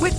With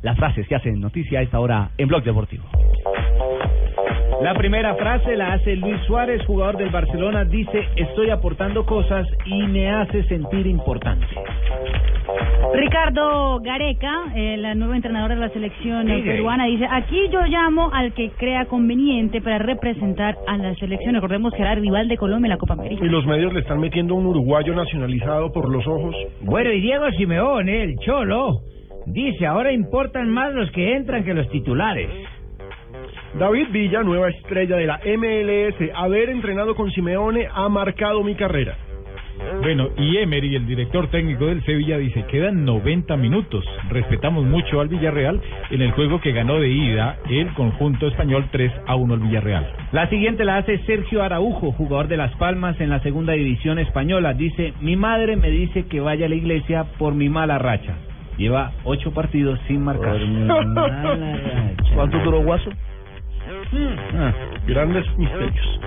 las frases que hacen noticia a esta hora en Blog Deportivo. La primera frase la hace Luis Suárez, jugador del Barcelona. Dice, estoy aportando cosas y me hace sentir importante. Ricardo Gareca, el nuevo entrenador de la selección Sí, peruana, dice, aquí yo llamo al que crea conveniente para representar a la selección. Recordemos que era rival de Colombia en la Copa América. Y los medios le están metiendo un uruguayo nacionalizado por los ojos. Bueno, y Diego Simeón, el cholo, dice, ahora importan más los que entran que los titulares. David Villa, nueva estrella de la MLS, haber entrenado con Simeone ha marcado mi carrera. Bueno, y Emery, el director técnico del Sevilla, dice, quedan 90 minutos. Respetamos mucho al Villarreal en el juego que ganó de ida el conjunto español 3 a 1 al Villarreal. La siguiente la hace Sergio Araujo, jugador de Las Palmas en la segunda división española. Dice, mi madre me dice que vaya a la iglesia por mi mala racha. Lleva ocho partidos sin marcar. ¿Cuánto duró Guaso? Hmm. Ah, Grandes misterios.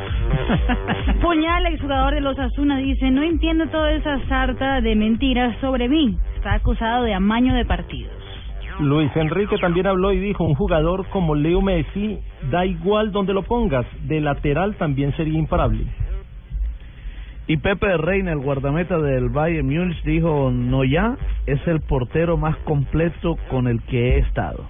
Puñal, exjugador de los Asuna, dice, no entiendo toda esa sarta de mentiras sobre mí. Está acusado de amaño de partidos. Luis Enrique también habló y dijo, un jugador como Leo Messi, da igual donde lo pongas, de lateral también sería imparable. Y Pepe Reina, el guardameta del Bayern Múnich, dijo, no ya, es el portero más completo con el que he estado.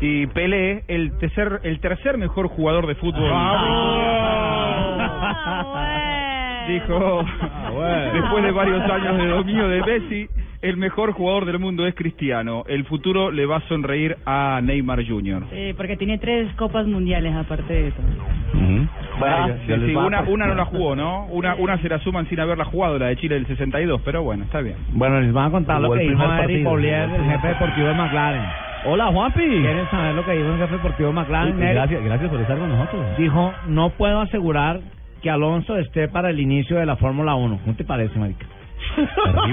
Y Pelé, el tercer, el tercer mejor jugador de fútbol. Ah, bueno. Dijo, Ah, bueno. después de varios años de dominio de Messi, el mejor jugador del mundo es Cristiano. El futuro le va a sonreír a Neymar Jr. Sí, porque tiene tres copas mundiales aparte de todo. Ah, Sí, Ah, sí, una, una no la jugó, ¿no? Una, una se la suman sin haberla jugado, la de Chile del 62, pero bueno, está bien. Bueno, les van a contar lo que dijo Eric Paulier, el jefe deportivo de McLaren. Hola, Juanpi. ¿Quieren saber lo que dijo el jefe deportivo de McLaren? gracias, gracias por estar con nosotros. Dijo, no puedo asegurar que Alonso esté para el inicio de la Fórmula 1. ¿Cómo te parece, marica?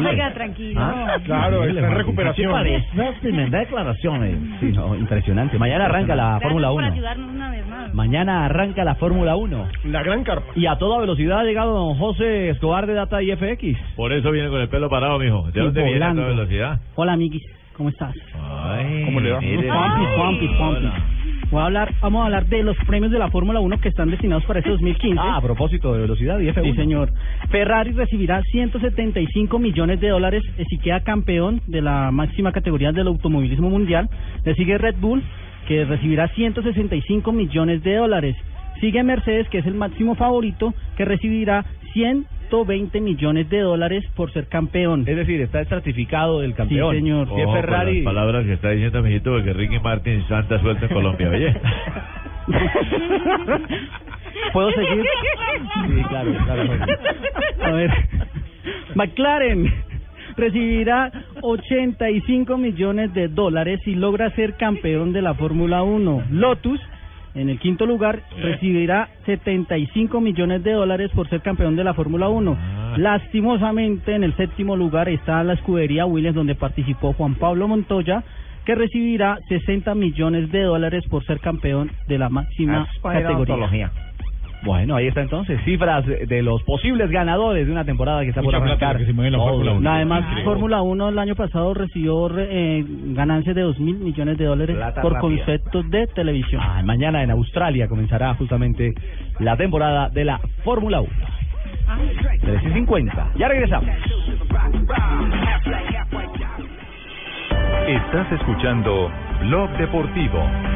Oiga, tranquilo. Ah, Claro, está en recuperación. Unas tremendas declaraciones. Sí, no, impresionante. Mañana arranca la Gracias Fórmula por 1. ayudarnos una vez más. Mañana arranca la Fórmula 1. La gran carpa. Y a toda velocidad ha llegado don José Escobar de Data IFX. Por eso viene con el pelo parado, mijo. ¿De dónde viene a toda velocidad? Hola, amiguis. ¿Cómo estás? Ay, ¿Cómo le va? mire. Juanpi, Juanpi, Juanpi. Hola. Voy a hablar, vamos a hablar de los premios de la Fórmula 1 que están destinados para este 2015. Ah, a propósito de velocidad y F1. Sí, señor. Ferrari recibirá 175 millones de dólares eh, si queda campeón de la máxima categoría del automovilismo mundial. Le sigue Red Bull, que recibirá 165 millones de dólares. Sigue Mercedes, que es el máximo favorito, que recibirá 120 millones de dólares por ser campeón. Es decir, está estratificado el campeón. Sí, señor. Que Ojo con Ferrari. las palabras que está diciendo amiguito de que Ricky Martin santa suelta en Colombia, oye. ¿Puedo seguir? Sí, claro, claro, Jorge. A ver. McLaren recibirá 85 millones de dólares si logra ser campeón de la Fórmula 1. Lotus, en el quinto lugar, recibirá 75 millones de dólares por ser campeón de la Fórmula 1. Ah. Lastimosamente, en el séptimo lugar está la escudería Williams, donde participó Juan Pablo Montoya que recibirá 60 millones de dólares por ser campeón de la máxima categoría. Bueno, ahí está entonces, cifras de los posibles ganadores de una temporada que está Mucha por plata arrancar. la que se mueve en la Fórmula uno. Además, Increíble. Fórmula 1 el año pasado recibió re- eh, ganancias de 2 mil millones de dólares Plata por rápida. conceptos de televisión. Ah, mañana en Australia comenzará justamente la temporada de la Fórmula 1. 13.50. Ya regresamos. Estás escuchando Blog Deportivo.